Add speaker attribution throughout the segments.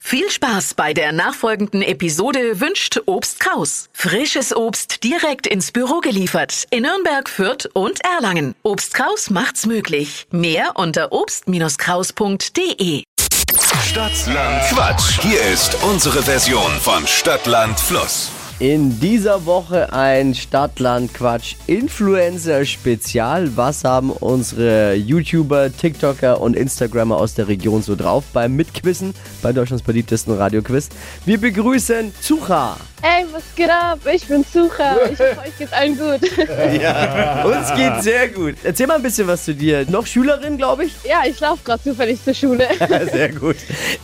Speaker 1: Viel Spaß bei der nachfolgenden Episode wünscht Obst Kraus. Frisches Obst direkt ins Büro geliefert in Nürnberg, Fürth und Erlangen. Obst Kraus macht's möglich. Mehr unter obst-kraus.de.
Speaker 2: Stadtland Quatsch. Hier ist unsere Version von Stadtland Fluss.
Speaker 3: In dieser Woche ein Stadtland-Quatsch Influencer-Spezial. Was haben unsere YouTuber, TikToker und Instagrammer aus der Region so drauf beim Mitquissen, bei Deutschlands beliebtesten Radioquiz? Wir begrüßen Zucha.
Speaker 4: Hey, was geht ab? Ich bin Sucher. Ich hoffe, euch geht's allen gut.
Speaker 3: Uns geht's sehr gut. Erzähl mal ein bisschen was zu dir. Noch Schülerin, glaube ich?
Speaker 4: Ja, ich laufe gerade zufällig zur Schule.
Speaker 3: sehr gut.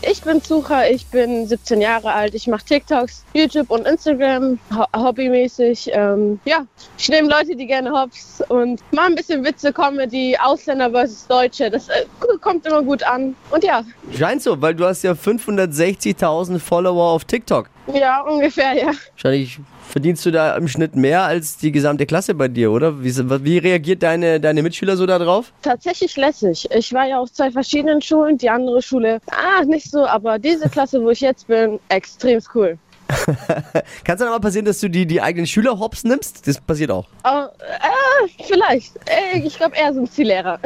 Speaker 4: Ich bin Sucher, ich bin 17 Jahre alt. Ich mache TikToks, YouTube und Instagram, ho hobbymäßig. Ähm, ja, ich nehme Leute, die gerne hops und mache ein bisschen Witze, Comedy, Ausländer versus Deutsche. Das äh, kommt immer gut an. Und ja,
Speaker 3: Scheint so, weil du hast ja 560.000 Follower auf TikTok.
Speaker 4: ja, ungefähr, ja.
Speaker 3: Wahrscheinlich verdienst du da im Schnitt mehr als die gesamte Klasse bei dir, oder? Wie, wie reagiert deine, deine Mitschüler so darauf?
Speaker 4: Tatsächlich lässig. Ich war ja auf zwei verschiedenen Schulen. Die andere Schule, ah, nicht so, aber diese Klasse, wo ich jetzt bin, extrem cool.
Speaker 3: Kann es dann aber passieren, dass du die, die eigenen Schüler hops nimmst? Das passiert auch.
Speaker 4: Oh, äh, vielleicht. Äh, Ich glaube, eher sind sie Lehrer.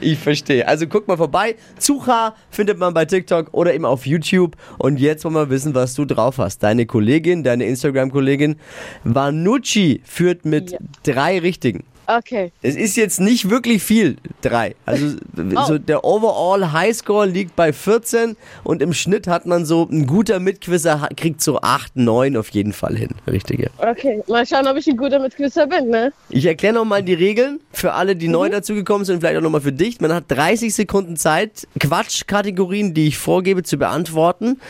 Speaker 3: ich verstehe. Also guck mal vorbei. Zucha findet man bei TikTok oder eben auf YouTube. Und jetzt wollen wir wissen, was du drauf hast. Deine Kollegin, deine Instagram-Kollegin Vanucci führt mit
Speaker 4: Ja.
Speaker 3: drei Richtigen.
Speaker 4: Okay.
Speaker 3: Es ist jetzt nicht wirklich viel, drei. Also so
Speaker 4: Oh.
Speaker 3: der Overall Highscore liegt bei 14 und im Schnitt hat man so, ein guter Mitquisser hat- kriegt so 8, 9 auf jeden Fall hin. Richtige.
Speaker 4: Okay, mal schauen, ob ich ein guter Mitquisser bin, ne?
Speaker 3: Ich erkläre nochmal die Regeln für alle, die neu dazugekommen sind, vielleicht auch nochmal für dich. Man hat 30 Sekunden Zeit, Quatschkategorien, die ich vorgebe, zu beantworten.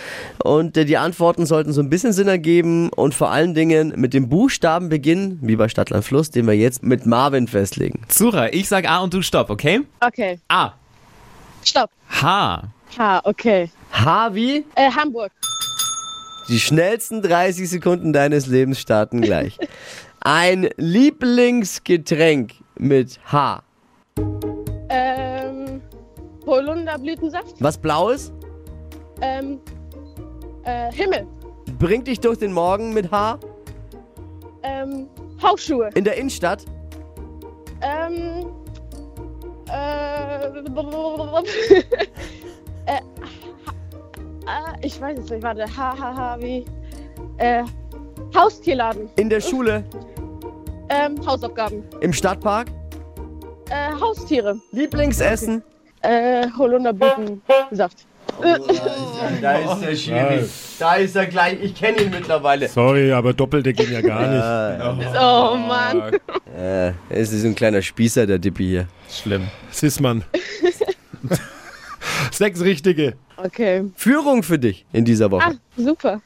Speaker 3: Und äh, die Antworten sollten so ein bisschen Sinn ergeben und vor allen Dingen mit dem Buchstaben beginnen, wie bei Stadtland Fluss, den wir jetzt mit Marvin festlegen.
Speaker 5: Zura, ich sag A und du stopp, okay?
Speaker 4: Okay,
Speaker 5: A.
Speaker 4: stopp.
Speaker 5: H.
Speaker 4: Ha, okay.
Speaker 3: H wie?
Speaker 4: Äh, Hamburg.
Speaker 3: Die schnellsten 30 Sekunden deines Lebens starten gleich. Ein Lieblingsgetränk mit H.
Speaker 4: Ähm, Holunderblütensaft.
Speaker 3: Was Blaues?
Speaker 4: Ähm, äh, Himmel.
Speaker 3: Bringt dich durch den Morgen mit H?
Speaker 4: Ähm, Hausschuhe.
Speaker 3: In der Innenstadt?
Speaker 4: Ähm, äh, äh, ha- äh, ich weiß es nicht, warte. Ha, ha, ha, wie? Äh, Haustierladen.
Speaker 3: In der Schule?
Speaker 4: Ähm, Hausaufgaben.
Speaker 3: Im Stadtpark?
Speaker 4: Äh, Haustiere.
Speaker 3: Lieblingsessen?
Speaker 4: Äh, Holunderblütensaft.
Speaker 3: Da ist er schwierig. Da ist er gleich. Ich kenne ihn mittlerweile.
Speaker 6: Sorry, aber Doppelte ging ja gar nicht.
Speaker 4: Oh Mann.
Speaker 3: Äh, es ist ein kleiner Spießer, der Dippi hier.
Speaker 5: Schlimm.
Speaker 6: Sisman. Sechs richtige.
Speaker 4: Okay.
Speaker 3: Führung für dich in dieser Woche.
Speaker 4: Ah, super.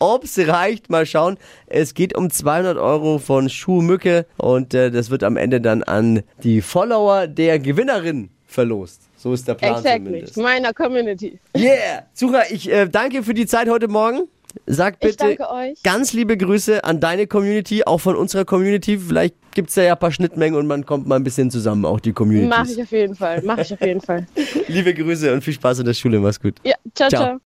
Speaker 3: Ob es reicht, mal schauen. Es geht um 200 Euro von Schuhmücke und äh, das wird am Ende dann an die Follower der Gewinnerin verlost. So ist der Plan
Speaker 4: exactly.
Speaker 3: zumindest.
Speaker 4: Meiner Community.
Speaker 3: Yeah! Sucher, ich äh, danke für die Zeit heute Morgen. Sag
Speaker 4: Ich
Speaker 3: bitte
Speaker 4: danke euch.
Speaker 3: ganz liebe Grüße an deine Community, auch von unserer Community. Vielleicht gibt es da ja ein paar Schnittmengen und man kommt mal ein bisschen zusammen, auch die
Speaker 4: Mach ich
Speaker 3: Community.
Speaker 4: auf jeden Fall. Mach ich auf jeden Fall.
Speaker 3: Liebe Grüße und viel Spaß in der Schule. Mach's gut.
Speaker 4: Ja, ciao,
Speaker 3: Ciao.
Speaker 4: ciao.